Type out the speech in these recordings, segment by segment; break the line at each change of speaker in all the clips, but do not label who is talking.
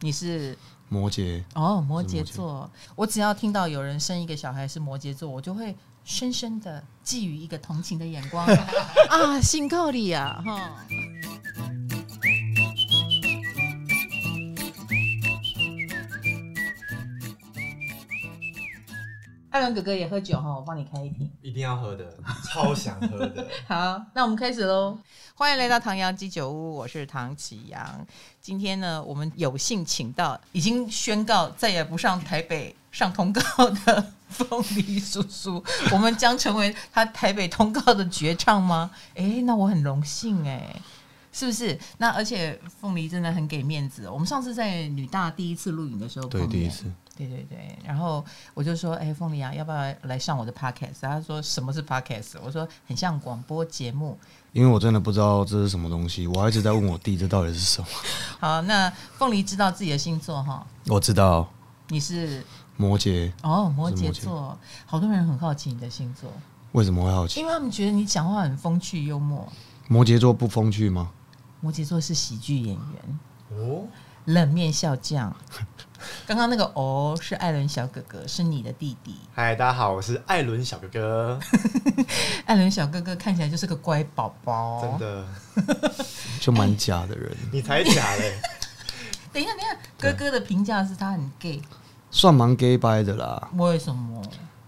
你是
摩羯，
哦，摩
是摩
羯
羯
座。我只要听到有人生一个小孩是摩羯座，我就会深深的寄予一个同情的眼光 啊，辛苦你啊，哈。艾伦哥哥也喝酒哈，我帮你开一瓶。
一定要喝的， 超想喝的。
好，那我们开始喽。欢迎来到唐阳鸡酒屋，我是唐启阳。今天呢，我们有幸请到已经宣告再也不上台北上通告的凤梨叔叔，我们将成为他台北通告的绝唱吗？ 诶，那我很荣幸诶，是不是？那而且凤梨真的很给面子。哦我们上次在女大第一次录影的时候碰
对，
面，
第一次，
对对对，然后我就说，哎、凤梨啊，要不要来上我的 podcast？他说什么是 podcast？我说很像广播节目。
因为我真的不知道这是什么东西，我还一直在问我弟这到底是什么。
好，那凤梨知道自己的星座哈，
我知道
你是
摩羯
哦摩羯
是摩
座，好多人很好奇你的星座，
为什么会好奇，
因为他们觉得你讲话很风趣幽默。
摩羯座不风趣吗？
摩羯座是喜剧演员，
哦，
冷面笑匠。刚刚那个哦是艾伦小哥哥，是你的弟弟。
嗨，大家好，我是艾伦小哥哥，
艾伦小哥哥看起来就是个乖宝宝，
真的，
就蛮假的人，
你才假 嘞！
等一下，等一下，哥哥的评价是他很 gay，
算蛮 gay 掰的啦。
为什么？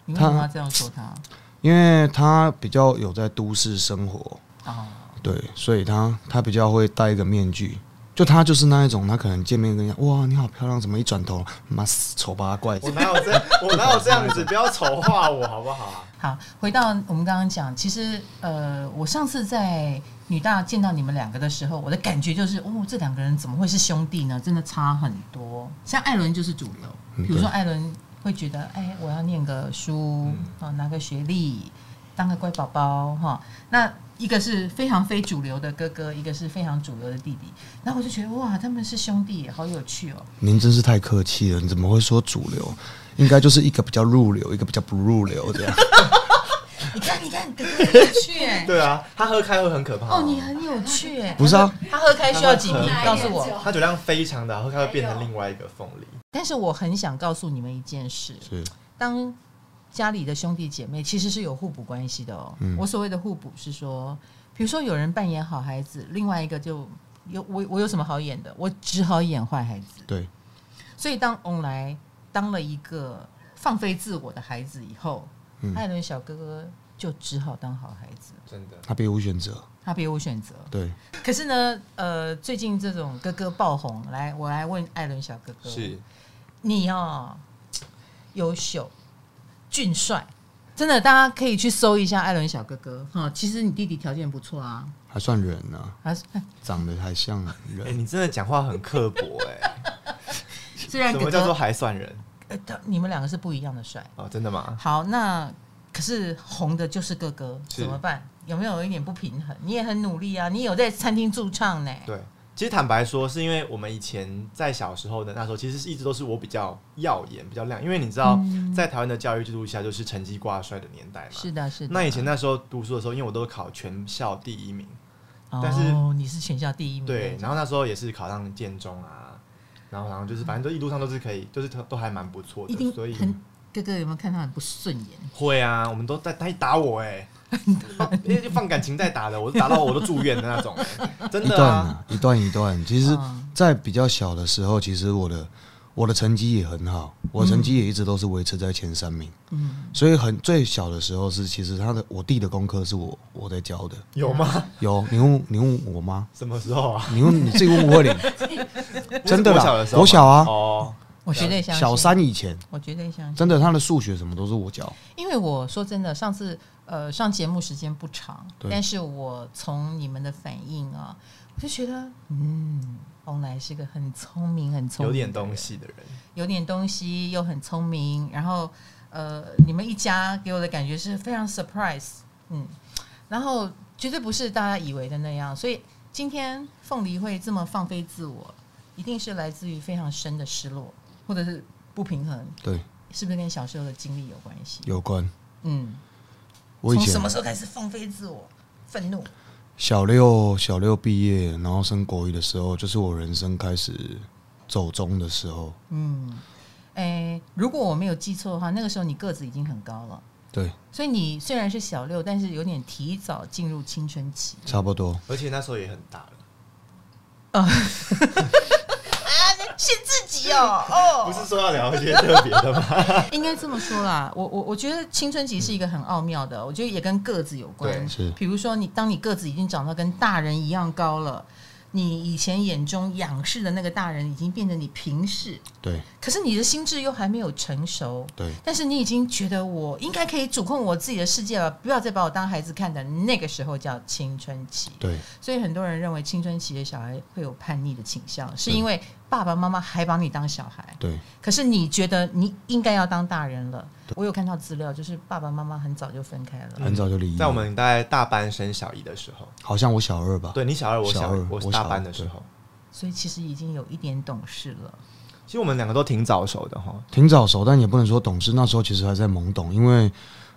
你为什么要这样说他？
因为他比较有在都市生活，
哦，
对，所以他他比较会戴一个面具。就他就是那一种，他可能见面跟人家哇你好漂亮，怎么一转头妈死丑八怪，
我哪有这，我哪有这样子？不要丑化我好不好 啊？
好，回到我们刚刚讲，其实呃，我上次在女大见到你们两个的时候，我的感觉就是，哦，这两个人怎么会是兄弟呢？真的差很多。像艾伦就是主流，
嗯
比如说
对嗯
艾伦会觉得，哎，我要念个书啊，拿个学历，当个乖宝宝哈。那一个是非常非主流的哥哥，一个是非常主流的弟弟。然后我就觉得，哇，他们是兄弟耶，好有趣哦。
您真是太客气了，你怎么会说主流？应该就是一个比较入流，一个比较不入流这样。
你看，你看，哥哥很有趣耶。
对啊，他喝开会很可怕
哦，你很有趣哎！
不是啊
他喝，他喝开需要几瓶
他？
告
喝
诉我。
他酒量非常的，喝开会变成另外一个凤梨。
但是我很想告诉你们一件事：
是
当家里的兄弟姐妹其实是有互补关系的哦。
嗯
我所谓的互补是说，比如说有人扮演好孩子，另外一个就有我我有什么好演的？我只好演坏孩子。
对，
所以当翁来当了一个放飞自我的孩子以后，
嗯
艾伦小哥哥就只好当好孩子，
真的，
他别无选择。
他别无选择。
对，
可是呢，呃，最近这种哥哥爆红，来，我来问艾伦小哥哥，
是
你哦，优秀、俊帅，真的，大家可以去搜一下艾伦小哥哥哈、其实你弟弟条件不错啊，
还算人呢、啊，
还是
长得还像
哎、
人。
你真的讲话很刻薄 哎、
虽然
什
哥
么
哥
叫做还算人
呃他你们两个是不一样的帅。
哦？真的吗？
好，那可是红的就是哥哥，
是
怎么办？有没有一点不平衡？你也很努力啊，你有在餐厅驻唱呢。
对，其实坦白说，是因为我们以前在小时候的那时候，其实是一直都是我比较耀眼、比较亮，因为你知道，在台湾的教育制度下，就是成绩挂帅的年
啊
代嘛。
嗯是的，是的。
那以前那时候读书的时候，因为我都考全校第一名，但是
哦，你是全校第一名，
对，，然后那时候也是考上建中啊，然后然后就是反正就一路上都是可以，就是都都还蛮不错
嗯一定
的，所以
很哥哥有没有看他很不顺眼？
会啊，我们都在他一打 我哎、欸，因为放感情在打的，我都打到我都住院的那种、 欸，真
一
的
段
啊，
啊，一段一段。其实
嗯，
在比较小的时候，其实我的我的成绩也很好，我的成绩也一直都是维持在前三名。
嗯，
所以很最小的时候是，其实他的我弟的功课是我我在教的。
有吗？
有你问你问我妈，
什么时候 啊？
你问你自己问吴 慧玲，真的啦
我小的时候吗，
国小啊
哦，
我绝对相信。
小，三以前
我绝对相信。
真的他的数学什么都是我教。
因为我说真的，上次呃上节目时间不长，
对
但是我从你们的反应啊，我就觉得，嗯，翁来是个很聪明、很聪明
有
的人，
点东西的人，
有点东西，又很聪明，然后呃，你们一家给我的感觉是非常 surprise，嗯，然后绝对不是大家以为的那样，所以今天凤梨会这么放飞自我，一定是来自于非常深的失落，或者是不平衡，
对，
是不是跟小时候的经历有关系？
有关
嗯，
我以
从
前啊
什么时候开始放飞自我、愤怒？
小六小六毕业，然后升国一的时候，就是我人生开始走中的时候，
嗯，哎，如果我没有记错的话，那个时候你个子已经很高了，
对，
所以你虽然是小六，但是有点提早进入青春期。
差不多。
而且那时候也很大了，
是自己哦，哦
不是说要聊一些特别 的吗？
应该这么说啦。我我我觉得青春期是一个很奥妙的，我觉得也跟个子有关
对。
是
比如说你当你个子已经长到跟大人一样高了，你以前眼中仰视的那个大人已经变成你平视，
对
可是你的心智又还没有成熟。
对
但是你已经觉得我应该可以主控我自己的世界了，不要再把我当孩子看的。那个时候叫青春期，
对
所以很多人认为青春期的小孩会有叛逆的倾向，是因为爸爸妈妈还把你当小孩，
对，
可是你觉得你应该要当大人了。我有看到资料，就是爸爸妈妈很早就分开了。
嗯
很早就离异。
在我们大概大班升小一的时候，
好像我小二吧，
对你小二，我
啊小
小
二
一我是
我
大
小
班
二
的时
对
候，
所以其实已经有一点懂事了。
其实我们两个都挺早熟的哈。
挺早熟，但也不能说懂事。那时候其实还在懵懂，因为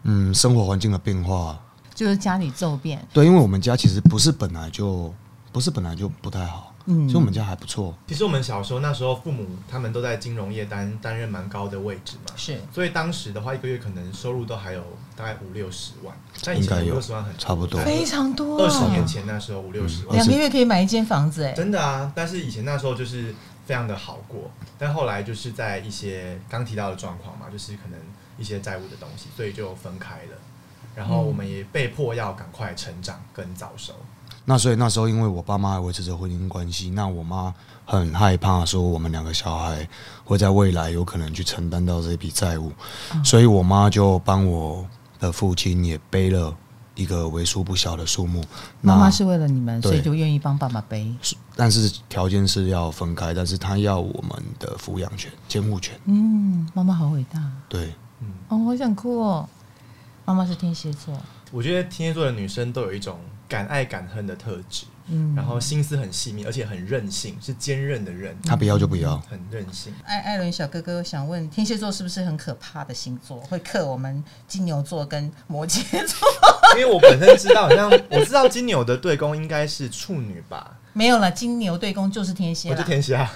嗯，生活环境的变化，
就是家里骤变，
对，因为我们家其实不是本来就不是本来就不太好，
嗯
其实我们家还不错，
其实我们小时候那时候，父母他们都在金融业担担任蛮高的位置嘛，
是
所以当时的话，一个月可能收入都还有大概五六十万，但以
应该
前五
有
六十万很
差不多嗯
非常多、
二十
啊，
年前那时候五六十万，
两个月可以买一间房子、哎，
真的啊！但是以前那时候就是非常的好过，但后来就是在一些刚提到的状况嘛，就是可能一些债务的东西，所以就分开了。然后我们也被迫要赶快成长跟早熟，
那所以那时候，因为我爸妈还维持着婚姻关系，那我妈很害怕说我们两个小孩会在未来有可能去承担到这笔债务，
嗯
所以我妈就帮我的父亲也背了一个为数不小的数目。那
妈妈是为了你们，
对
所以就愿意帮爸爸背。
但是条件是要分开，但是她要我们的抚养权、监护权。
嗯，妈妈好伟大
对，
嗯，
哦，我好想哭哦。妈妈是天蝎座，
我觉得天蝎座的女生都有一种敢爱敢恨的特质，
嗯，
然后心思很细密，而且很任性，是坚韧的韧，
她不要就不要。
很任性。
艾艾伦小哥哥想问，天蝎座是不是很可怕的星座，会克我们金牛座跟摩羯 座？
因为我本身知道，好 像我知道金牛的对宫应该是处女吧，
没有了，金牛对宫就是天蝎
我就
啦。
天蝎啊，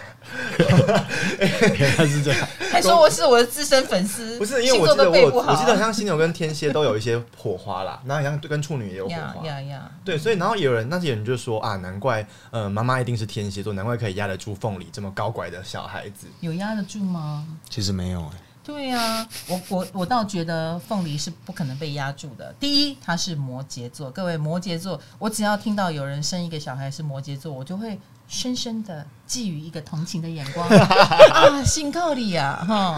原来是这样。
还说我是我的资深粉丝，
不是因为
星
我
座
记得
都
我
背
有
不好。啊
我记得好像金牛跟天蝎都有一些火 花啦，然后好像跟处女也有火
呀
花。
呀呀，
对，所以然后也有人，那些人就说啊，难怪，呃，妈妈一定是天蝎座，难怪可以压得住凤梨这么高拐的小孩子。
有压得住吗？
其实没有、欸，
对呀、我我我倒觉得凤梨是不可能被压住的。第一，他是摩羯座，各位摩羯座，我只要听到有人生一个小孩是摩羯座，我就会深深的寄予一个同情的眼 光啊，信靠你呀、哈。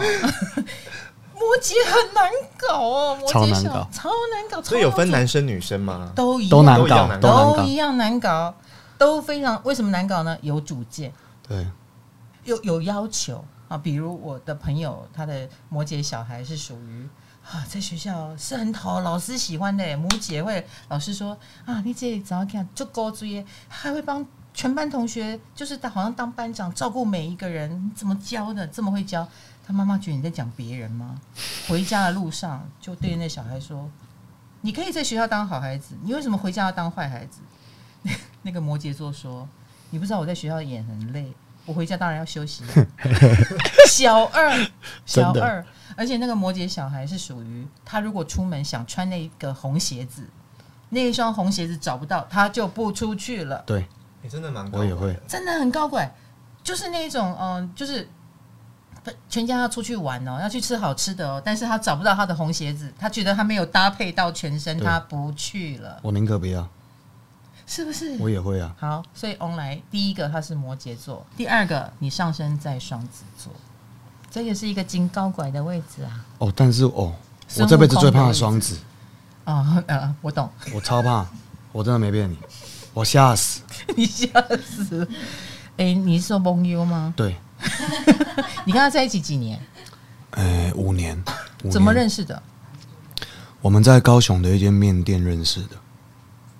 摩羯很难搞哦，摩羯
超难
小
搞
超难搞，
所以有
超
分
难
男生女生吗？
都一
都
样
难
都一样
搞，
难
都难
都
搞
一。样难搞，都非常为什么难搞呢？有主见。
对，
有有要求啊，比如我的朋友，他的摩羯小孩是属于啊，在学校是很讨老师喜欢的耶，母姐会老师说啊，你这怎么看就高追，还会帮全班同学，就是好像当班长照顾每一个人，你怎么教的这么会教？他妈妈觉得你在讲别人吗？ 回家的路上就对那小孩说：“你可以在学校当好孩子，你为什么回家要当坏孩子？” 那个摩羯座说：“你不知道我在学校演很累，我回家当然要休息。” 小二，小
真的
二，而且那个摩羯小孩是属于他，如果出门想穿那个红鞋子，那一双红鞋子找不到，他就不出去了。
对，
你、真的蛮
我
高拐
也
的，
会。
真的很高贵，就是那一种嗯、就是全家要出去玩哦，要去吃好吃的哦，但是他找不到他的红鞋子，他觉得他没有搭配到全身，
对
他不去了，
我宁可不要，
是不是？
我也会啊。
好，所以翁来第一个他是摩羯座，第二个你上升在双子座，这也是一个金高拐的位置啊。
哦，但是哦，
孙悟
我这辈子
空
最
的
怕
位置
双子，
啊、呃，我懂，
我超怕，我真的没骗你，我吓死。
你笑死 了。哎、你是说蒙优吗？
对，
你跟他在一起几年？
呃，五年，五
怎么
年
认识的？
我们在高雄的一间面店认识的，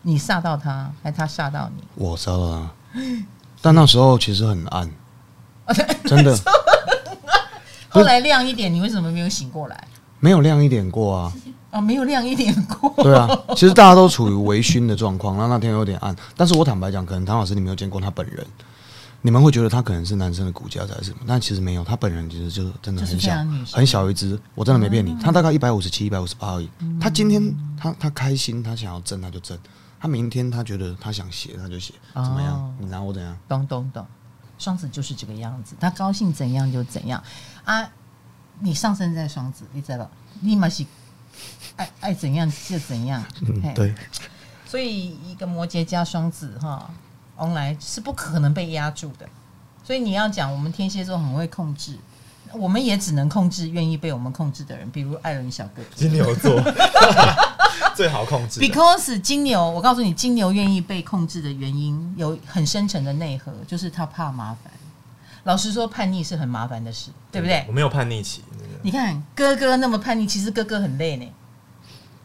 你吓到他，还是他吓到你？
我知道啊。 但那时候其实很暗，真的
后来亮一点，你为什么没有醒过来？
没有亮一点过啊。
哦，没有亮一点过。
对啊，其实大家都处于微醺的状况，那那天有点暗。但是我坦白讲，可能唐老师你没有见过他本人，你们会觉得他可能是男生的骨架还是什么，但其实没有，他本人其实就真的
就是
很
非
小
常女，性
很小一只，我真的没骗你，他大概一百五十七、一百五十八而已。
嗯
他今天他他开心，他想要挣他就挣，他明天他觉得他想写他就写，怎么
哦
样？你拿我怎样？
懂懂懂，双子就是这个样子，他高兴怎样就怎样啊。你上升在双子，你知道吧？你嘛是爱爱怎样就怎样，嘿
嗯，对，
所以一个摩羯加双子哈，往来是不可能被压住的。所以你要讲我们天蝎座很会控制，我们也只能控制愿意被我们控制的人，比如艾伦小哥。
金牛座 最好控制的。
Because 金牛，我告诉你，金牛愿意被控制的原因有很深沉的内核，就是他怕麻烦。老实说，叛逆是很麻烦的事，对不对？
我没有叛逆期，真的
你看哥哥那么叛逆，其实哥哥很累呢，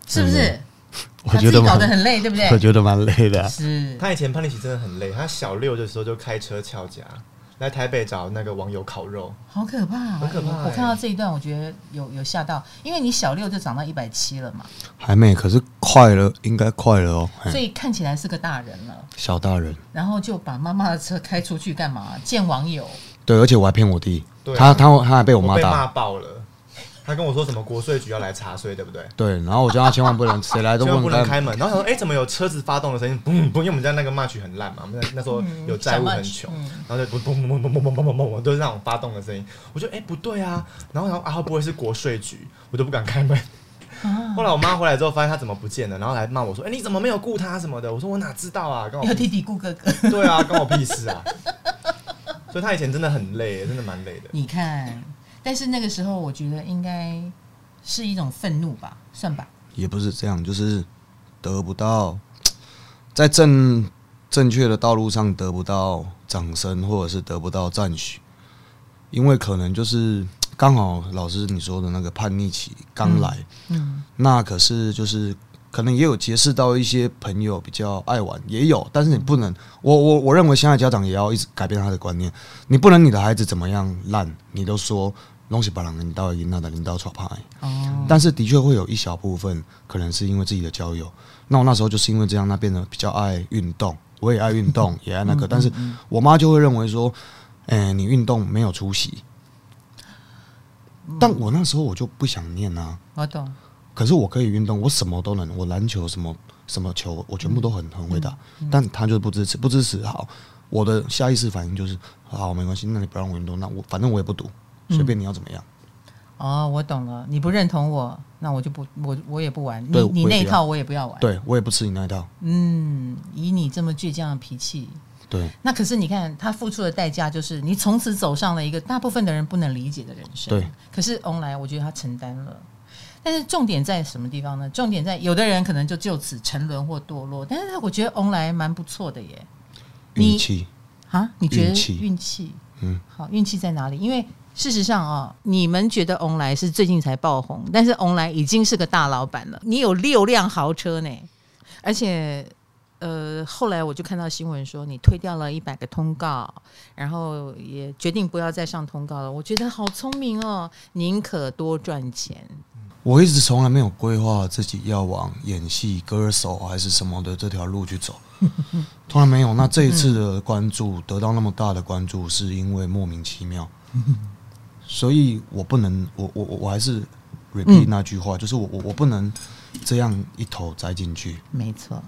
是不是？
我
他
觉
自
得
己搞
蛮
得，很累，对不
我
对？
觉得蛮累的啊。
是，
他以前叛逆期真的很累，他小六的时候就开车翘家来台北找那个网友烤肉，
好可怕、啊，
很可怕
我
欸
我看到这一段，我觉得有有吓到，因为你小六就长到一百七了嘛，
还没，可是快了，应该快了哦。嘿
所以看起来是个大人了。
小大人，
然后就把妈妈的车开出去干嘛？见网友，
对，而且我还骗我弟，
对
他他他还被我
我
妈
被
打，
骂爆了。他跟我说什么国税局要来查税，对不对？
对，然后我叫他千万不能，谁来都嗯
千万不能
能
开门。然后想说，哎、怎么有车子发动的声音？嘣嘣，因为我们家那个 match 很烂嘛，我们那时候
嗯
有债务很穷，然后就嘣嘣嘣嘣嘣嘣嘣嘣嘣，都是那种发动的声
嗯
音。我就哎、不对啊，然后然后啊会不会是国税局？我都不敢开门。
啊
后来我妈回来之后，发现他怎么不见了，然后来骂我说：“哎、你怎么没有顾他什么的？”我说：“我哪知道 啊，跟我
要弟弟顾哥哥。
对啊，关我屁事啊！ 所以他以前真的很累，真的蛮累的。
嗯
你看，但是那个时候我觉得应该是一种愤怒吧，算吧。
也不是这样，就是得不到在正正确的道路上得不到掌声，或者是得不到赞许，因为可能就是刚好老师你说的那个叛逆期刚来，
嗯，
那可是就是可能也有结识到一些朋友比较爱玩，也有，但是你不能，我我我认为现在家长也要一直改变他的观念，你不能你的孩子怎么样烂，你都说东西把人你到赢那的领导耍派。
哦，
嗯但是的确会有一小部分可能是因为自己的交友。那我那时候就是因为这样，那变得比较爱运动，我也爱运动，也爱那个。但是我妈就会认为说，哎、你运动没有出息。但我那时候我就不想念啊，
我懂。
可是我可以运动，我什么都能，我篮球什么什么球我全部都很很会打，但她就是不支持，不支持好。我的下意识反应就是，好，没关系，那你不让我运动，那我反正我也不赌，随便你要怎么样。
哦，我懂了。你不认同我，那我就不，我我也不玩。你
对
你
我也
那一
不要
套我也不要玩。，
对我也不吃你那一套。
嗯，以你这么倔强的脾气，
对，
那可是你看他付出的代价就是你从此走上了一个大部分的人不能理解的人生。
对，
可是翁来，我觉得他承担了。但是重点在什么地方呢？重点在有的人可能就就此沉沦或堕落，但是我觉得翁来蛮不错的耶。你
运气。
啊，你觉
运
得
气
运气？
嗯，
好，运气在哪里？因为事实上啊、你们觉得翁来是最近才爆红，但是翁来已经是个大老板了，你有六辆豪车呢，而且。呃，后来我就看到新闻说你推掉了一百个通告，然后也决定不要再上通告了。我觉得好聪明哦，宁可多赚钱。
我一直从来没有规划自己要往演戏、歌手还是什么的这条路去走，从来没有。那这一次的关注、得到那么大的关注，是因为莫名其妙，所以我不能，我我我我还是
嗯
repeat 那句话，就是我我我不能这样一头栽进去。
没错，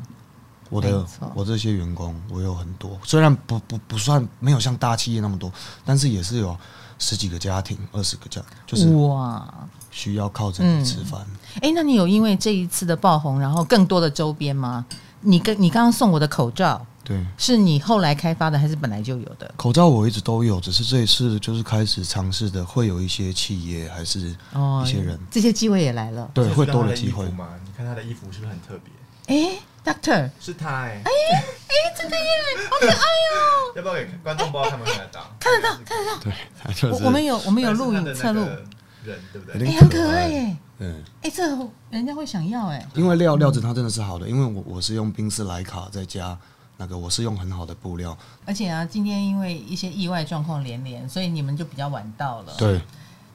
我
没
的
错
我这些员工，我有很多，虽然不不不算没有像大企业那么多，但是也是有十几个家庭、二十个家，就是
哇，
需要靠着
哦嗯
你吃饭。
哎，那你有因为这一次的爆红，然后更多的周边吗？你跟你刚刚送我的口罩，
对。
是你后来开发的，还是本来就有的？
口罩我一直都有，只是这一次就是开始尝试的，会有一些企业还是
哦
一些人，
这些机会也来了。
对
这是
会
他
多
的
了机
衣服
会。
吗？你看他的衣服是不是很特别？
哎，Doctor，
是他哎、哎、真的耶，好可爱哦、要不要给观众不知道看不看得到？看得到，看得 到。
对，他就
我
是
我们有我们有录
影
影侧录，
人对不
有
对？
哎，
点
很可爱耶。
嗯，
哎，这人家会想要哎。
因为料料子它真的是好的，因为我我是用冰丝莱卡再加那个，我是用很好的布料，
而且啊，今天因为一些意外状况连连，所以你们就比较晚到了。，
对，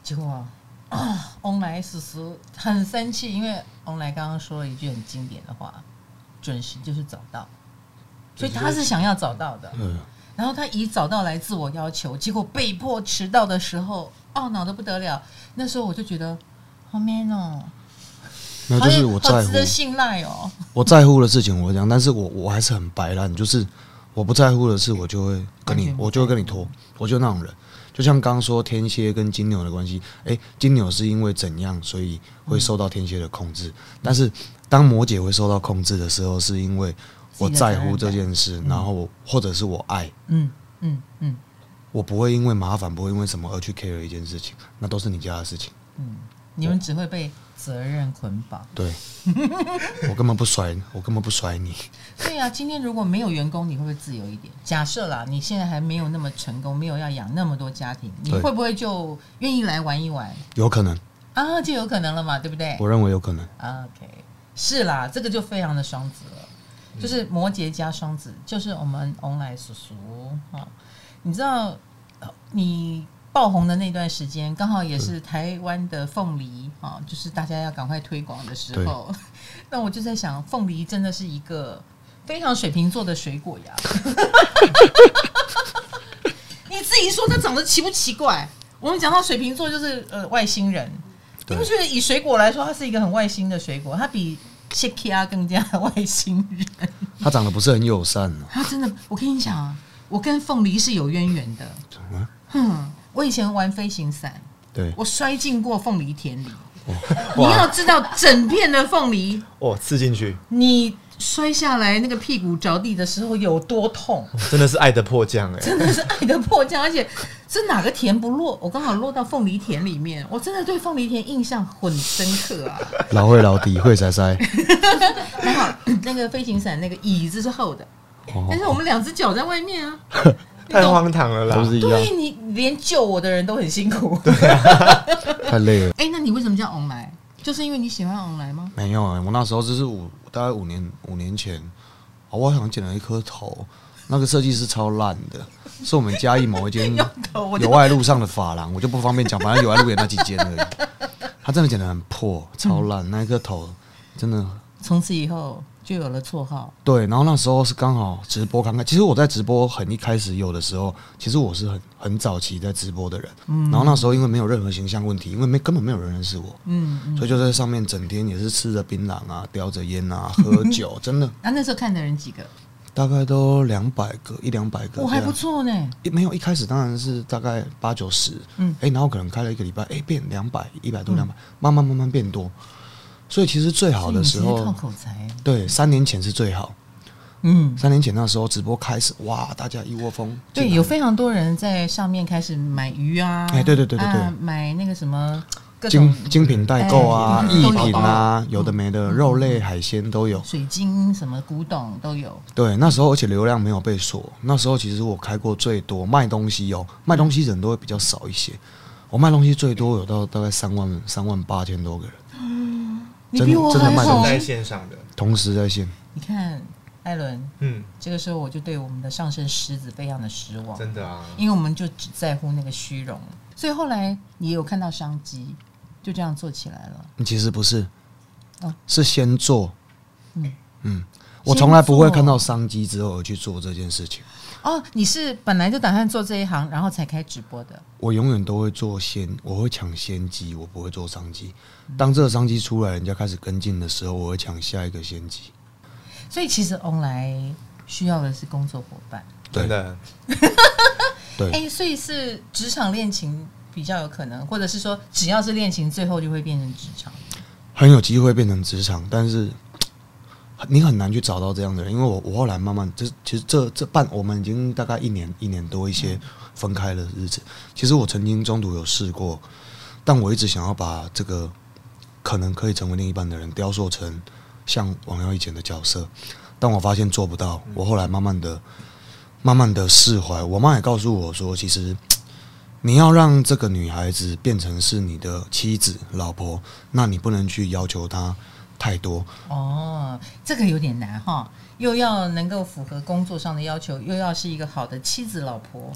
结果啊。翁来叔叔很生气，因为翁来刚刚说了一句很经典的话：“准时就是早到。”所以他是想要早到的。
嗯，
然后他以早到来自我要求，结果被迫迟到的时候，懊恼的不得了。那时候我就觉得好 man 哦，
那就是我
好
在乎
值，得信赖哦。
我在乎的事情我会讲，但是我我还是很白烂，就是我不在乎的事，我就会跟
完
你
全，不
我就会跟你拖，我就那种人。就像刚刚说天蝎跟金牛的关系，诶，金牛是因为怎样，所以会受到天蝎的控
嗯
制。但是当摩羯会受到控制的时候，是因为我在乎这件事，然后或者是我爱，
嗯嗯嗯
我不会因为麻烦，不会因为什么而去 care 一件事情，那都是你家的事情。
嗯，你们只会被责任捆绑。
对，我根本不甩，我根本不甩你。
对呀、今天如果没有员工，你会不会自由一点？假设啦，你现在还没有那么成功，没有要养那么多家庭，你
对
会不会就愿意来玩一玩
有可能，
啊？就有可能了嘛，对不对？
我认为有可能。
OK，是啦，这个就非常的双子了，就是摩羯加双子，就是我们翁来叔叔哈、哦你知道呃你爆红的那段时间，刚好也是台湾的凤梨啊、哦就是大家要赶快推广的时候。 那我就在想，凤梨真的是一个非常水瓶座的水果呀。你自己说它长得奇不奇怪？我们讲到水瓶座就是呃外星人，你
对
不觉得以水果来说，它是一个很外星的水果？它比 s h i k i a 更加外星人。
他长得不是很友善啊呢、
它真的，我跟你讲啊，我跟凤梨是有渊源的。
嗯
哼，我以前玩飞行伞，
对，
我摔进过凤梨田里。你要
哇，
知道，整片的凤梨，
哦，刺进去，
你摔下来那个屁股着地的时候有多痛，
真的是爱的迫降哎、
真的是爱的迫降。而且这哪个田不落？我刚好落到凤梨田里面，我真的对凤梨田印象很深刻啊。
老会老底会塞 塞。
还好那个飞行伞那个椅子是厚的，
哦
但是我们两只脚在外面啊。你
太
懂
荒唐了 啦！
都是一
对
样，
你连救我的人都很辛苦。
太累了。
哎、那你为什么叫翁来？就是因为你喜欢翁来吗？
没有啊、我那时候就是五，大概五年五年前，啊我好像剪了一颗头，那个设计师超烂的，是我们嘉义某一间
有头我就
友爱路上的发廊，我就不方便讲，反正友爱路也那几间而已。他真的剪得很破，超烂，那一颗头真的
从此以后就有了绰号。
对，然后那时候是刚好直播刚开，其实我在直播很一开始有的时候，其实我是很很早期在直播的人。然后那时候因为没有任何形象问题，因为没根本没有人认识我，
嗯，嗯
所以就在上面整天也是吃着槟榔啊，叼着烟啊， 喝酒，真的
啊，那时候看的人几个？
大概都两百个一两百个
我、
这
还不
样。
错呢。
一没有一开始当然是大概八九十，
嗯
嗯，哎、然后可能开了一个礼拜，哎、变两百一百多两百、慢慢慢慢变多。所以其实最好的时
哎所以你只是靠
候，
口才。
对，三年前是最好。
嗯，
三年前那时候直播开始，哇，大家一窝蜂进来。
对，有非常多人在上面开始买鱼啊，
哎对对对对对
啊买那个什么各种
精精品代购啊、
哎
艺
都有
品啊，有的没的，肉类、海鲜都有。
水晶、什么古董都有。
对，那时候而且流量没有被锁，那时候其实我开过最多卖东西哦，卖东西人都会比较少一些。我卖东西最多有到大概三万三万八千多个人，
你
真
比我
真的
还
卖
红
东
在。线上的，
同时在线。
你看，艾伦，
嗯，
这个时候我就对我们的上升狮子非常的失望，
真的啊，
因为我们就只在乎那个虚荣，所以后来你有看到商机，就这样做起来了。
其实不是
哦，
是先做。
嗯
嗯嗯，我从来不会看到商机之后而去做这件事情。
哦，你是本来就打算做这一行，然后才开直播的。
我永远都会做先，我会抢先机，我不会做商机。当这个商机出来，人家开始跟进的时候，我会抢下一个先机。
所以其实 o n 来需要的是工作伙伴，
对
真的，
对，
哎、所以是职场恋情比较有可能，或者是说只要是恋情，最后就会变成职场。
很有机会变成职场，但是你很难去找到这样的人，因为我我后来慢慢，这其实这这半我们已经大概一年一年多一些分开的日子。其实我曾经中途有试过，但我一直想要把这个可能可以成为另一半的人雕塑成像王耀以前的角色，但我发现做不到。我后来慢慢的、慢慢的释怀。我妈也告诉我说，其实你要让这个女孩子变成是你的妻子、老婆，那你不能去要求她太多。
哦，这个有点难哈，又要能够符合工作上的要求，又要是一个好的妻子、老婆。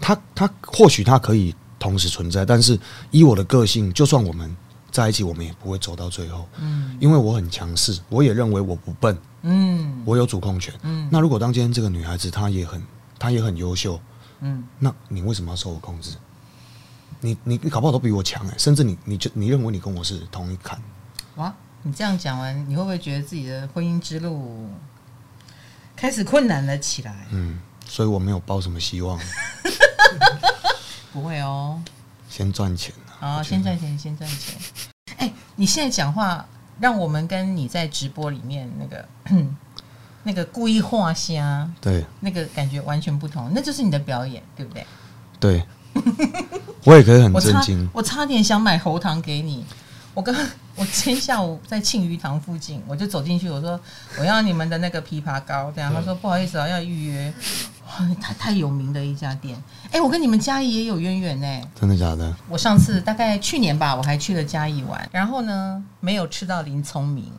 她她或许她可以同时存在，但是以我的个性，就算我们在一起，我们也不会走到最后。
嗯
因为我很强势，我也认为我不笨，
嗯
我有主控权。
嗯
那如果当今天这个女孩子她也很他也很优秀，
嗯，
那你为什么要受我控制？你你你搞不好都比我强哎、甚至你你就你认为你跟我是同一坎，
哇，你这样讲完，你会不会觉得自己的婚姻之路开始困难了起来？
嗯，所以我没有抱什么希 望，
不会哦，
先赚钱啊
好，先赚钱，先赚钱。哎、你现在讲话，让我们跟你在直播里面那个 那个故意画虾
对
那个感觉完全不同，那就是你的表演，对不对？
对，我也可以很
我
震
差
惊，
我差点想买喉糖给你。我刚我今天下午在庆余堂附近，我就走进去，我说我要你们的那个枇杷膏，这样他说不好意思啊，要预约。哇，太太有名的一家店，哎、我跟你们嘉义也有渊源呢、
真的假的？
我上次大概去年吧，我还去了嘉义玩，然后呢，没有吃到林聪明。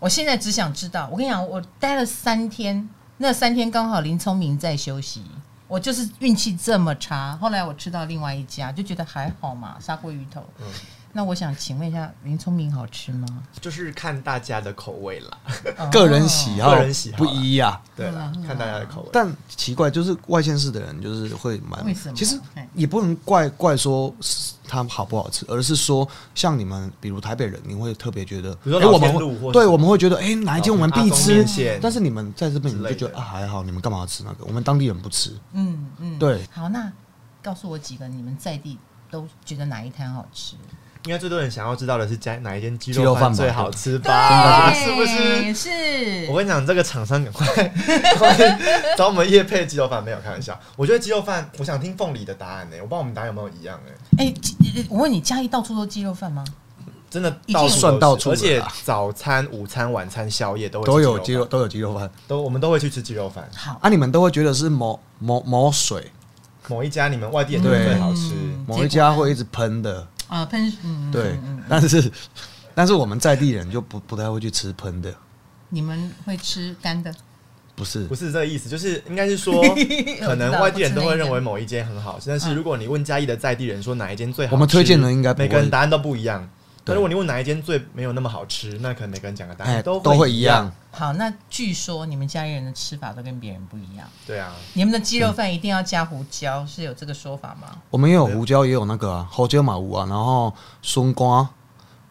我现在只想知道，我跟你讲，我待了三天，那三天刚好林聪明在休息，我就是运气这么差。后来我吃到另外一家，就觉得还好嘛，砂锅鱼头。
嗯
那我想请问一下，林聪明好吃吗？哦
就是看大家的口味啦，
个人喜好
个人喜好啊
不一呀、
对啦
嗯嗯，
看大家的口味。
但奇怪，就是外县市的人就是会蛮
为什么
其实
哎
也不能怪怪说是它好不好吃，而是说像你们，比如台北人，你会特别觉得，
比如说
哎
老
我们
天路或
会
是
对我们会觉得，哎、哪一间我们
老
必
天阿宗
吃
面线。
但是你们在这边你们
之
就觉
类
得
的
啊还好，你们干嘛要吃那个？我们当地人不吃。
嗯嗯，
对。
好，那告诉我几个你们在地都觉得哪一摊好吃？
应该最多人想要知道的是，加哪一间鸡
鸡肉
肉饭
饭吧
最好吃吧？啊是不
对
是？
哎是
我跟你讲，这个厂商赶快 赶快找我们叶配鸡肉饭，没有开玩笑。我觉得鸡肉饭，我想听凤梨的答案呢、我不知道我们答案有没有一样哎、
哎、鸡我问你，嘉义到处都鸡肉饭吗？
真的
已经
到处都是
算到处了
而且
啦
早餐、午餐、晚餐、宵夜都会
都
吃
有鸡肉，
饭，
都有鸡肉饭
都我们都会去吃鸡肉饭。
好，
啊！你们都会觉得是某某某水
某一家你们外地人觉得
对
最好吃，
嗯
某一家会一直喷的，
啊，喷，嗯，嗯
对
嗯嗯。
但是但是我们在地人就不不太会去吃喷的，
你们会吃干的？
不是
不是这个意思，就是应该是 说
知，道
可能外地人都
我
会
知道
认为某一间很好吃，但是
嗯
如果你问嘉义的在地人说哪一间最好吃，
我们推荐的应该不会
每个人答案都不一样。
对
但如果你问哪一间最没有那么好吃，那可能每个人讲的答
哎
案
都
会
会一样。。
好，那据说你们家里人的吃法都跟别人不一样，
对啊，
你们的鸡肉饭一定要加胡椒，是有这个说法吗？
我们也有胡椒，也有那个啊，胡椒马乌啊，然后松瓜，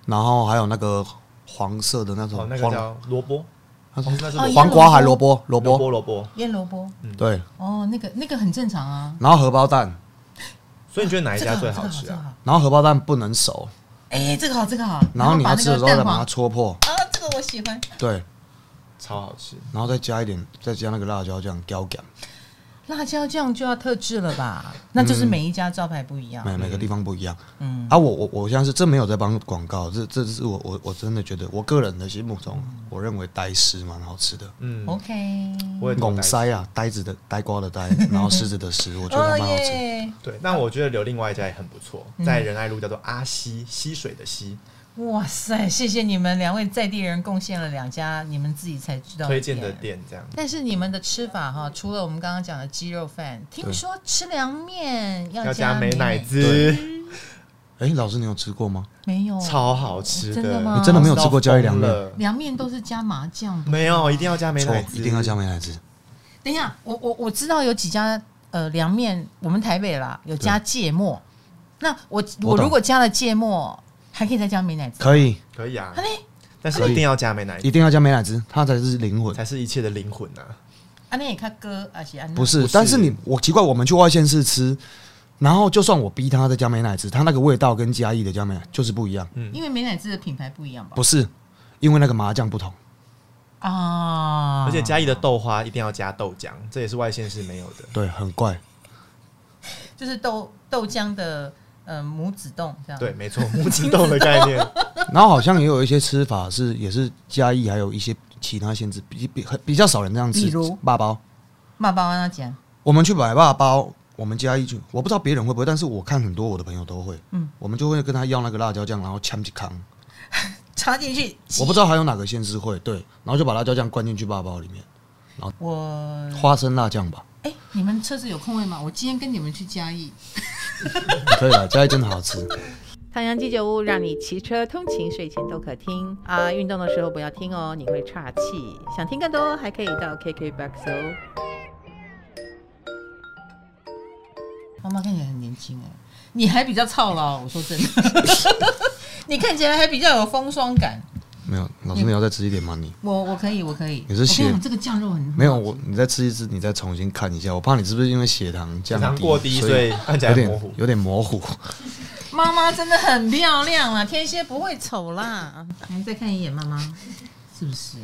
然后还有那个黄色的那种
哦，那个
嗯黄啊
叫萝卜，
那
哦那是
哦
黄瓜还萝卜萝
萝卜
卜，
萝卜。
腌萝卜，
对，
哦，那个那个很正常啊。
然后荷包蛋，
所以你觉得哪一
这
家
个
最
好
好吃啊？？
然后荷包蛋不能熟，
这个好哎，这个好，这个好。
然后你要吃的时候
把
再
那个
把它
蛋
戳破，
黄啊，这个我喜欢。
对，
超好吃，
然后再加一点，再加那个辣椒酱，椒感，
辣椒酱就要特制了吧？那就是每一家招牌不一样。
每每个地方不一样。
嗯，
啊，我我我现在是真没有在帮广告，这这是我我我真的觉得，我个人的心目中，我认为呆丝蛮好吃的。
嗯，
哦 OK。
我也懂
拱塞啊，呆子的呆瓜的呆，然后狮子的狮，我觉得
哦
蛮好吃。
耶！
对，那我觉得有另外一家也很不错，
嗯
在仁爱路叫做阿西溪水的溪，
哇塞，谢谢你们两位在地人贡献了两家你们自己才知道
推荐的
店。
店这样。
但是你们的吃法哈，除了我们刚刚讲的鸡肉饭，听说吃凉面要
要
加
加美乃
滋，
滋，
哎、老师，你有吃过吗？
没有
超好吃
哦真的吗
你真的没有吃过嘉义凉面
好吃到疯了
凉面都是加麻酱的。
没有，一定要加美
错
乃，滋，
一定要加。美乃滋。
等一下，我我我知道有几家呃凉面，我们台北啦有加芥末。那我
我
我如
懂
果加了芥末，还可以再加美乃滋。
可以，
可以啊
啊，嘞
但是一定要加美乃
一
滋，
定要加美乃滋，它才是灵魂。
哎才是一切的灵魂啊！
安内看哥，啊而且安
不是，
不是
但是你我奇怪，我们去外县市吃，然后就算我逼他再加美乃滋，它那个味道跟嘉义的加美乃就是不一样。
因为美乃滋的品牌不一样吧？
不是，因为那个麻酱不同。
啊，
而且嘉义的豆花一定要加豆浆，这也是外县市没有的。
对，很怪。
就是豆豆浆的呃母子冻这样。
对，，没错， 木子豆的概念，
然后好像也有一些吃法是，也是嘉义，还有一些其他县市比比很比较少人这样吃
比如
霸包。
妈爸妈那讲，
我们去买霸包，我们嘉义去，我不知道别人会不会，但是我看很多我的朋友都会。
嗯
嗯，我们就会跟他要那个辣椒酱，然后呛起康。
插进去，
我不知道还有哪个县市会对，然后就把辣椒酱灌进去霸包里面，
我
花生辣酱吧，
哎、你们车子有空位吗？我今天跟你们去嘉义。
可以了，嘉义真的好吃。
唐阳鸡酒屋让你骑车通勤、睡前都可听啊！运动的时候不要听哦，你会岔气。想听更多，还可以到 KKBOX 哦。
妈妈看起来很年轻哎，你还比较操劳。我说真的， 你看起来还比较有风霜感。
没有，老师你要再吃一点吗？你
我我可以，我可以。
你是
我跟你
写
讲，这个酱肉很
没有我，你再吃一支，你再重新看一下。我怕你是不是因为血糖
血
降
糖
低，
过低，所以看起来
有
模糊
点。有点模糊。
妈妈真的很漂亮啊，天蝎不会丑啦。 来，再看一眼妈妈，是不是？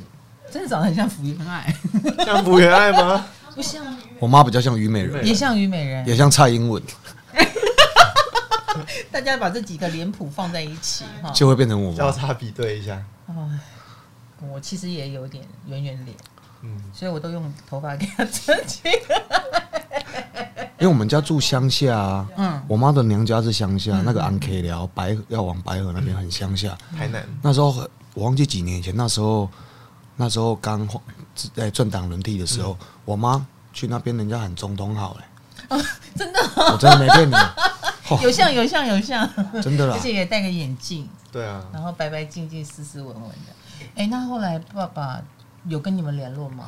真的长得很像福原爱，
像福原爱 吗？
不像，
我妈比较像虞美人，
也像虞美人。
啊也像蔡英文，
大家把这几个脸谱放在一起哈。
就会变成我
交
妈。
叉比对一下。
哎，我其实也有点圆圆脸，
嗯，
所以我都用头发给它 遮起。
因为我们家住乡下啊，
嗯，
我妈的娘家是乡下，那个安 K 寮白河要往白河那边很乡下。
台南
那时候很我忘记几年前，那时候那时候刚换哎政党轮替的时
嗯
候，我妈去那边人家喊总统好嘞、欸
哦真的
我真的没骗你，
嗯有像有像有像，
真的啦
而。且也戴个眼镜，
对啊，
然后白白净净、斯斯文文的。哎、那后来爸爸有跟你们联络吗？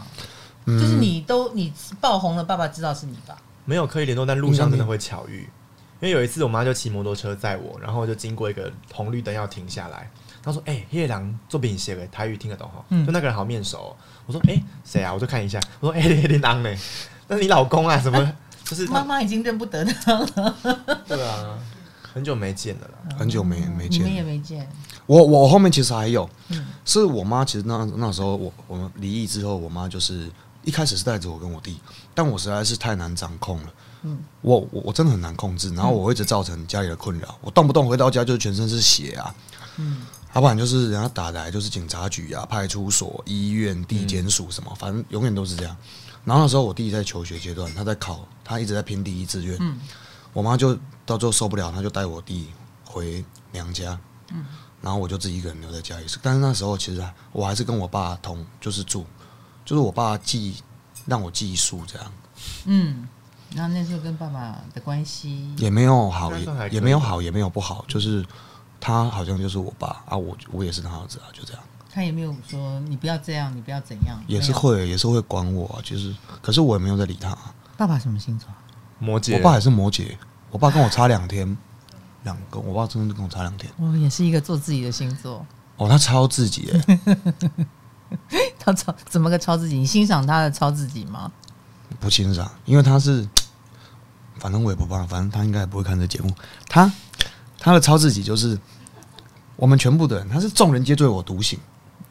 嗯
就是你都你爆红了，爸爸知道是你吧？
没有刻意联络，但路上真的会巧遇。因为有一次，我妈就骑摩托车载我，然后就经过一个红绿灯要停下来，她说：“哎、叶郎做饼写的台语听得懂哈？”
嗯
就那个人好面熟哦、我说：“哎、谁啊？”我就看一下，我说：“哎、欸，林郎呢？那是你老公啊？什么？就是他
妈妈已经认不得他了，
对啊，很久没见了啦。
很久没没
你们也
见，
没见。
我我后面其实还有
嗯，
是我妈其实那那时候我我们离异之后，我妈就是一开始是带着我跟我弟，但我实在是太难掌控了，
嗯
我我我真的很难控制，然后我一直造成家里的困扰，我动不动回到家就是全身是血啊，
嗯，
要不然就是人家打来就是警察局啊、派出所、医院、地检署什么，反正永远都是这样。然后那时候我弟在求学阶段，他在考，他一直在拼第一志愿。
嗯
我妈就到最后受不了，她就带我弟回娘家。然后我就自己一个人留在家里。但是那时候其实我还是跟我爸同，就是住，就是我爸寄让我寄宿这样，
嗯。然后那时候跟爸爸的关系，
也没有好，
那
也
时候还可以
也没有好，也没有不好，就是他好像就是我爸啊，我我也是他儿子啊，就这样。
他也没有说你不要这样，你不要怎样，
也是
没有。
会，也是会管我、啊，就是，可是我也没有在理他、
爸爸什么星座啊？
摩羯，
我爸也是摩羯，我爸跟我差两天，两个，我爸真的跟我差两天。
我也是一个做自己的星座。
哦，他超自己耶、
他超怎么个超自己？你欣赏他的超自己吗？
不欣赏，因为他是，反正我也不怕，反正他应该也不会看这节目。他他的超自己就是我们全部的人，他是众人皆醉我独醒。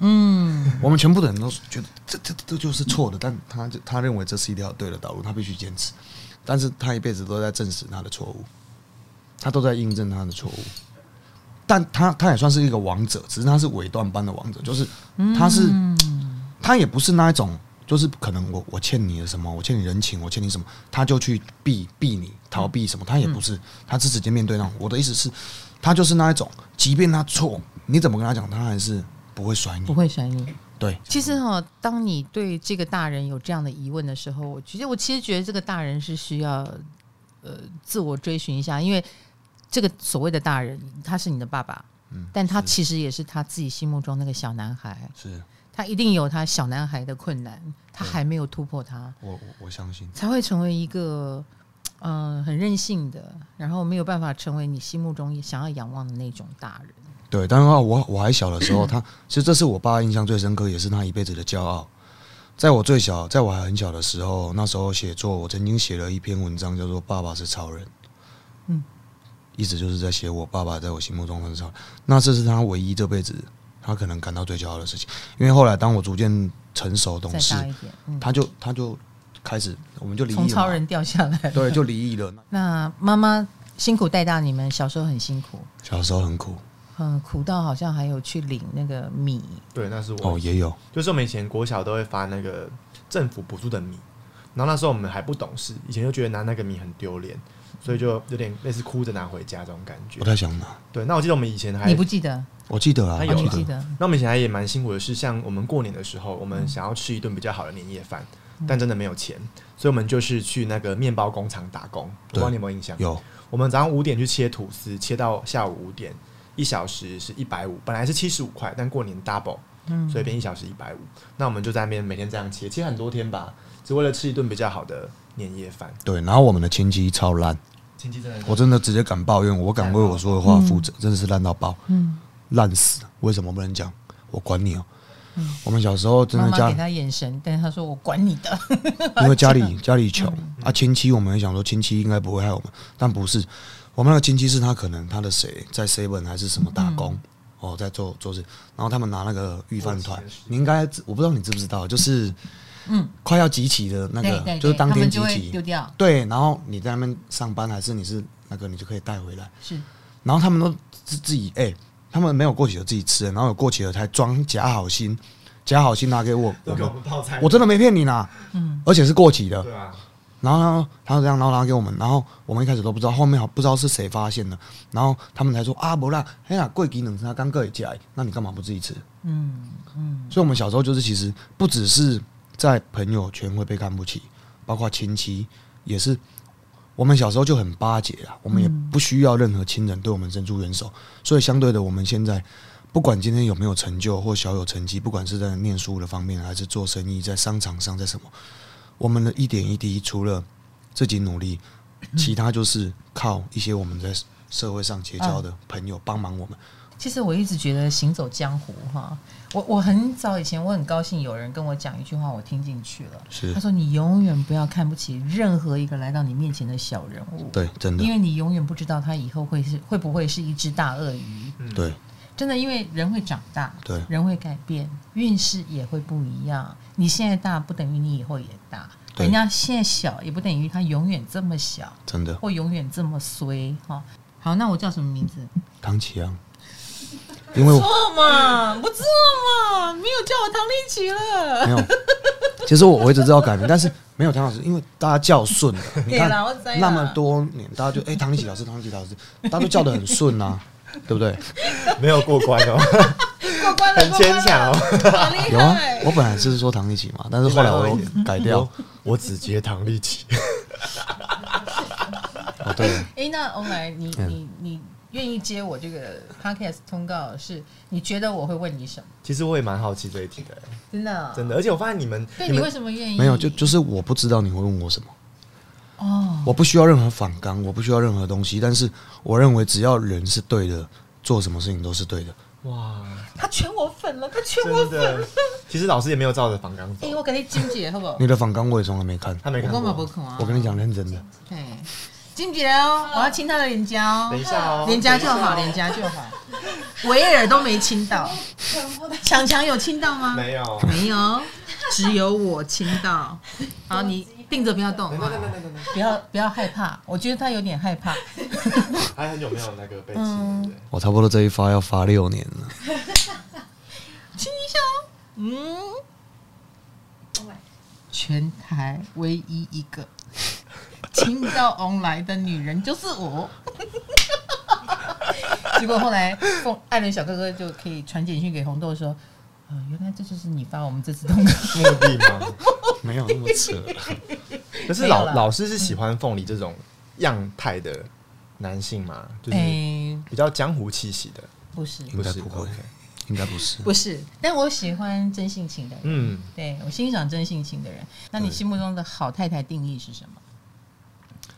嗯，我们全部的人都觉得这这这就是错的，但他就他认为这是一条对的道路，他必须坚持。但是他一辈子都在证实他的错误，他都在印证他的错误。但他他也算是一个王者，只是他是尾段班的王者，就是
嗯
他是、他也不是那一种，就是可能我我欠你的什么，我欠你人情，我欠你什么，他就去避避你逃避什么，他也不是，他是直接面对那种。我的意思是，他就是那一种，即便他错，你怎么跟他讲，他还是不会甩
不
你。
会甩你。
对，
其实哈、
当你对这个大人有这样的疑问的时候，我觉得我其实觉得这个大人是需要呃自我追寻一下，因为这个所谓的大人他是你的爸爸，
嗯
但他其实也是他自己心目中那个小男孩，
是
他一定有他小男孩的困难，他还没有突破他。
我我我相信。
才会成为一个嗯、呃很任性的，然后没有办法成为你心目中想要仰望的那种大人。
对，当然啊我我还小的时候，他其实这是我爸印象最深刻，也是他一辈子的骄傲。在我最小，在我还很小的时候，那时候写作，我曾经写了一篇文章，叫做《爸爸是超人》。
嗯，
意思就是在写我爸爸在我心目中很少。那这是他唯一这辈子他可能感到最骄傲的事情，因为后来当我逐渐成熟懂
再
事，
大一点，嗯，
他就他就开始我们就离异
从
了
超
嘛，
人掉下 来。
对，就离异了。
那妈妈辛苦带大你们，小时候很辛苦，
小时候很苦
嗯，苦到好像还有去领那个米，
对，那是我
哦，也有
就是我们以前国小都会发那个政府补助的米，然后那时候我们还不懂事，以前就觉得拿那个米很丢脸，所以就有点类似哭着拿回家这种感觉
不。太想拿，
对，那我记得我们以前还，
你不记得？
我记得啊，
他
我
有
哦
记
你
了
记
得
得？
那我们以前还也蛮辛苦的是，像我们过年的时候，我们想要吃一顿比较好的年夜饭，但真的没有钱，所以我们就是去那个面包工厂打工。我不知道
对
你有没有印象？
有
我们早上五点去切吐司，切到下午五点，一小时是一百五，本来是七十五块，但过年 double，所
嗯
以变一小时一百五。那我们就在那边每天这样切，切很多天吧，只为了吃一顿比较好的年夜饭。
对，然后我们的亲戚超烂。
亲戚真的是
我真的直接敢抱怨，我敢为我说的话负责，真的是烂到爆，
嗯，
烂死！为什么不能讲？我管你哦、我们小时候真
妈嗯
的
妈
家
给他眼神，但是他说我管你的，
因为家 里家里穷
嗯
啊，亲戚我们也想说亲戚应该不会害我们，但不是，我们那个亲戚是他可能他的谁在 seven 还是什么打工、
嗯
哦，在做做事，然后他们拿那个预饭团
过节，
你应该知我不知道你知不知道，就是
嗯，
快要集齐的 那
对
个，
对对，
就是当
他
天
们
集
就会丢
齐，
掉，
对，然后你在那边上班还是你是那个你就可以带回来，
是
然后他们都自自己哎、他们没有过期的自己吃，然后有过期的才装假好心，假好心拿给我，
都
我
给
们
我们泡菜，
我真的没骗你啦，
嗯，
而且是过期的，
对啊，
然后呢，他这样，然后拿给我们，然后我们一开始都不知道，后面好不知道是谁发现的，然后他们才说啊，不啦，哎呀，贵几能他刚过起来，那你干嘛不自己吃？
嗯嗯，
所以我们小时候就是其实不只是在朋友圈会被看不起，包括亲戚也是。我们小时候就很巴结啊啦，我们也不需要任何亲人对我们伸出援手，所以相对的，我们现在不管今天有没有成就或小有成绩，不管是在念书的方面，还是做生意，在商场上，在什么，我们的一点一滴，除了自己努力，其他就是靠一些我们在社会上结交的朋友帮忙我们。
其实我一直觉得行走江湖哈，我我很早以前我很高兴有人跟我讲一句话，我听进去了。
是
他说：“你永远不要看不起任何一个来到你面前的小人物，
对，真的
因，为你永远不知道他以后会是会不会是一只大鳄鱼。
嗯，
对
真的，因为人会长大，
对
人会改变，运势也会不一样。你现在大不等于你以后也大，
对
人家现在小也不等于他永远这么小
真的。
或永远这么衰哈。好，那我叫什么名字？
唐启阳，因为我
错嘛，不错嘛，没有叫我唐立奇了。
没有，其实我我一直知道改名，但是没有唐老师，因为大家叫顺了。 你
对
看
啦我知啦
那么多年，大家就哎、唐立奇老师，唐立奇老师，大家都叫的很顺啊，对不 对？
没有过关哦，
过关了，
很牵强哦。
过关了，好厉
有啊
害，
我！本来是说唐立奇嘛，但是后来我又改掉。
我只接唐立奇，
哦，对，
哎、那欧莱，你你你愿意接我这个 podcast 通告是？你觉得我会问你什么？
其实我也蛮好奇这一题的，
真的啊，
真的，而且我发现你们
对
你
你为
们
什么愿意？
没有，就就是我不知道你会问我什么，
哦，
我不需要任何反纲，我不需要任何东西，但是我认为只要人是对的，做什么事情都是对的。
哇，
他圈我粉了，他圈我
真
粉。
的，其实老师也没有照着房纲
哎、
走，
我给你金姐好不好？
你的反纲我也从来没看，
他没
我
看
根本不
过。
看啊！
我跟你，讲认真的。
对，金姐哦，我要亲她的脸颊哦
等一，下哦，
脸颊就好，脸颊就好。维尔都没亲到，
全部的
强强有亲到吗？
没有。
没有，只有我亲到。好，你定着不要动
等等等
啊！
等等等，
不要不要害怕，我觉得他有点害怕。
还很久没有那个被亲，对不对
我差不多这一发要发六年了。
亲一下哦，嗯，
Oh my
全台唯一一个亲到翁来的女人就是我。 结果后来，凤艾伦小哥哥就可以传简讯给红豆说：“呃，原来这就是你发我们这次通告。
目的吗？
没有那么扯。
可是
没有
老
啦
老师是喜欢凤梨这种样态的男性嘛，就
哎、
是比较江湖气息的，
不是，
应该
是
不会
OK
应该不是。
不是，但我喜欢真性情的人。
嗯，
对我欣赏真性情的人。那你
对
心目中的好太太定义是什么？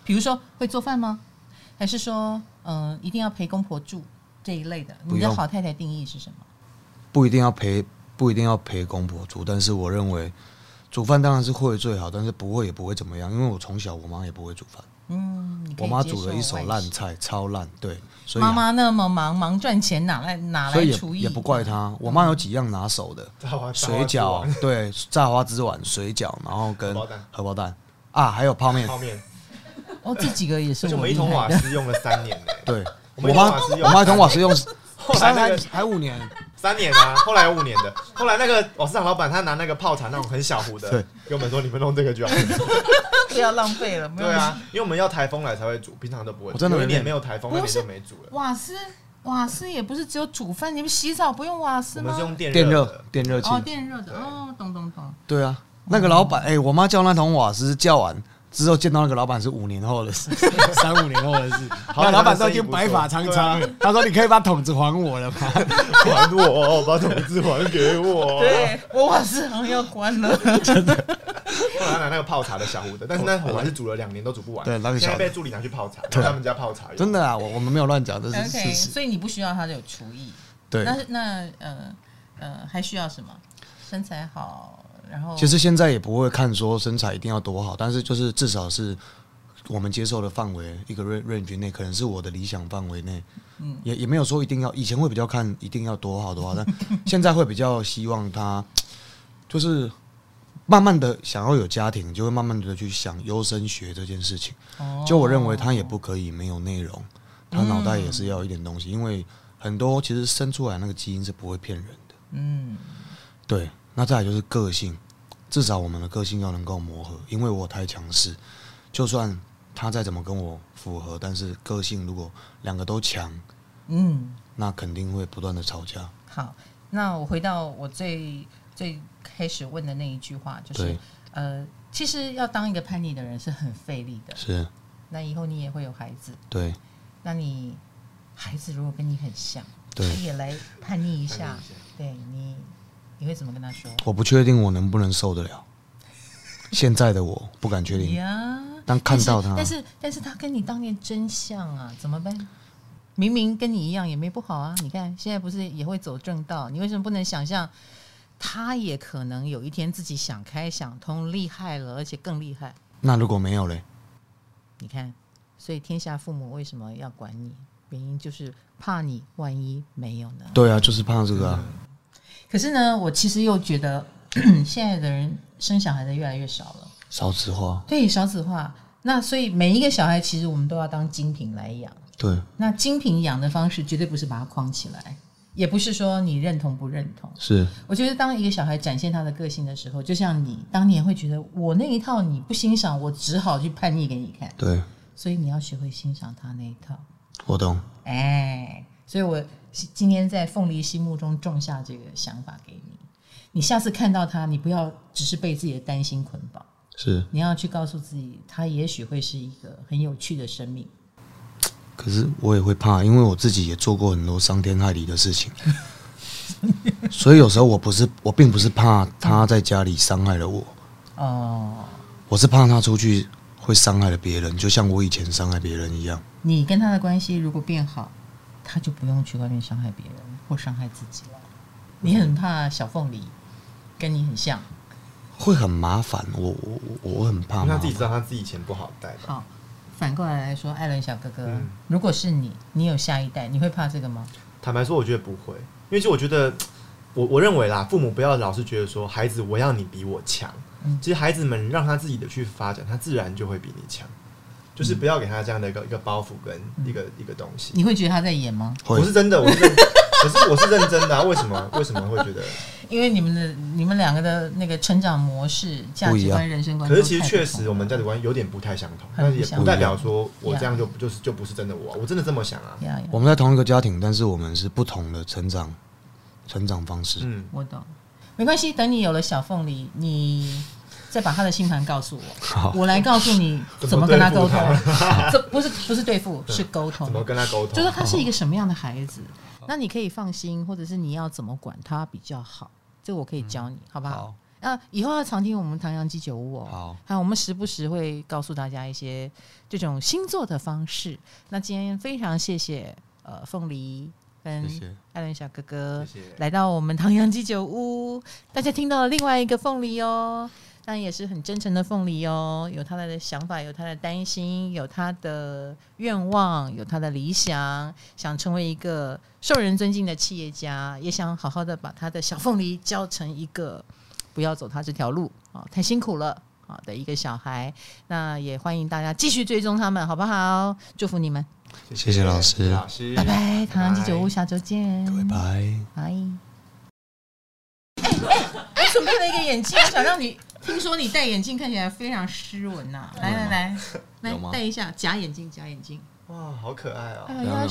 比如说会做饭吗？还是说，嗯、一定要陪公婆住这一类的？
不
你的
用
好太太定义是什么？
不一定要陪，不一定要陪公婆煮，但是我认为煮饭当然是会最好，但是不会也不会怎么样，因为我从小我妈也不会煮饭，
嗯，你可
我
以
妈
接
煮了一
受
手
外
烂
食。
菜，超烂，对，所以啊
妈妈那么忙，忙赚钱，哪来哪
所
来
以
厨艺？
也也不怪她，我妈有几样拿手的，
嗯炸花
水饺，对，炸花枝丸、水饺，然后跟
荷包蛋
荷包蛋啊，还有泡面
泡，面，
哦，这几个也 是
而且我
我
们一
厉
桶
害
瓦
的。
斯用了三年呢，
对。我
我们
妈
一桶瓦斯，用
我妈一桶瓦斯用
后来
三
那
还
个
还五年，
三年啊，后来有五年的，后来那个瓦斯厂老板他拿那个泡茶那种很小壶的，
对
跟我们说你们弄这个就好。
不要浪费了，没有
对啊，因为我们要台风来才会煮，平常都不会煮。
我真的
有一
没
年
练
没有台风，
不
那
是
年就没煮了。
瓦斯，瓦斯也不是只有煮饭，你们洗澡不用瓦斯
我
吗
们是？用电
电
热
热
的，
电热器
哦，电热的
对
哦，懂懂懂。
哦对啊，那个老板，哎、我妈叫那桶瓦斯叫完，之后见到那个老板是五年后的事， 三五年后的 事。那老板都已经白发苍苍，啊他说：“你可以把桶子还我了吗
还我，把桶子还给 我。
对，哦我瓦斯好像要关 了。
后来拿那个泡茶的小壶的，但是那壶还是煮了两年都煮不完。
对那个小
现在被助理拿去泡茶，他们家泡茶用。”
真的啊，我我们没有乱讲，这是
OK，
事实。
所以你不需要他有厨艺，
对，
那那呃呃还需要什么？身材好，然后
其实现在也不会看说身材一定要多好，但是就是至少是我们接受的范围一个 range range 内，可能是我的理想范围内。嗯，也也没有说一定要，以前会比较看一定要多好多好，但 现在会比较希望他就是慢慢的想要有家庭，就会慢慢的去想优生学这件事情。
哦
就我认为他也不可以没有内容，他脑袋也是要有一点东西，因为很多其实生出来那个基因是不会骗人的。
嗯
对，那再来就是个性，至少我们的个性要能够磨合，因为我太强势，就算他再怎么跟我符合，但是个性如果两个都强，
嗯
那肯定会不断的吵架。
好。那我回到我最最开始问的那一句话，就是
对，
呃，其实要当一个叛逆的人是很费力的。
是，
那以后你也会有孩子，
对，
那你孩子如果跟你很像，他
对
也来叛逆一下
叛逆一下，
对你，你会怎么跟他说？
我不确定我能不能受得了，现在的我不敢确定，
呀，
但看到他，
但是但是他跟你当年真像啊，怎么办？明明跟你一样也没不好啊，你看现在不是也会走正道，你为什么不能想象他也可能有一天自己想开想通，厉害了，而且更厉害？
那如果没有嘞，
你看，所以天下父母为什么要管你？原因就是怕你万一没有呢。
对啊，就是怕这个啊，
可是呢，我其实又觉得 现在的人生小孩的越来越少了，
少子化，
对少子化。那所以每一个小孩其实我们都要当精品来养。
对，
那精品养的方式绝对不是把它框起来，也不是说你认同不认同。
是，
我觉得当一个小孩展现他的个性的时候，就像你当年会觉得我那一套你不欣赏，我只好去叛逆给你看。
对，
所以你要学会欣赏他那一套。
我懂，
哎，所以我今天在凤梨心目中种下这个想法给你。你下次看到他，你不要只是被自己的担心捆绑，
是，
你要去告诉自己，他也许会是一个很有趣的生命。
可是我也会怕，因为我自己也做过很多伤天害理的事情， 所以有时候我不是我并不是怕他在家里伤害了我，
哦，
我是怕他出去会伤害了别人，就像我以前伤害别人一样。
你跟他的关系如果变好，他就不用去外面伤害别人或伤害自己了。你很怕小凤梨跟你很像，
会很麻烦，我我我我很怕
因为
麻
他自己知
烦。
道他自己以前不好带吧？
好。反过来来说，艾伦小哥哥，
嗯
如果是你，你有下一代，你会怕这个吗？
坦白说，我觉得不会，因为其实我觉得，我我认为啦，父母不要老是觉得说孩子我要你比我强，
嗯
其实孩子们让他自己的去发展，他自然就会比你强，就是不要给他这样的一个一个包袱跟
嗯
一个、一个东西。
你会觉得他在演吗？
会
我是真的，我是认， 可是我是认真的、啊，为什么为什么会觉得？
因为你们的你们两个的那个成长模式、价
不
值
一样
观、人生观
可
都太
是
不同
其
了，
实确实我们价值观有点不太相同，
很
但
不
是也
相
不代
同
表说我
Yeah
这样就就是就不是真的我啊、我真的这么想啊。
呀呀
我们在同一个家庭，但是我们是不同的成长成长方式。
嗯，
我懂，没关系，等你有了小凤梨，你再把他的星盘告诉我
好，
我来告诉你怎
怎
么
么
跟
对付
他沟通
他。
这不是不是对付，是沟通
嗯怎，么跟他沟
就是
通？
他是一个什么样的孩子，那你可以放心，或者是你要怎么管他比较好，这我可以教你，好不好？
好，
那以后要常听我们唐阳鸡酒屋哦。
好，
还有我们时不时会告诉大家一些这种星座的方式。那今天非常谢谢呃凤梨跟
谢谢
艾伦小哥哥
谢谢
来到我们唐阳鸡酒屋，大家听到了另外一个凤梨哦。但也是很真诚的凤梨哦，有他的想法，有他的担心，有他的愿望，有他的理想，想成为一个受人尊敬的企业家，也想好好的把他的小凤梨教成一个不要走他这条路啊，太辛苦了啊的一个小孩。那也欢迎大家继续追踪他们，好不好？祝福你们，
谢谢老师
谢谢老师，
拜拜，唐人街酒屋，下周见，
各位拜。
拜。哎我准备了一个眼镜，我想让你听说你戴眼镜看起来非常斯文呐、来来来，来
有吗
戴一下假眼镜，假眼镜。
哇，好可爱哦、
哎
没有
呀
没有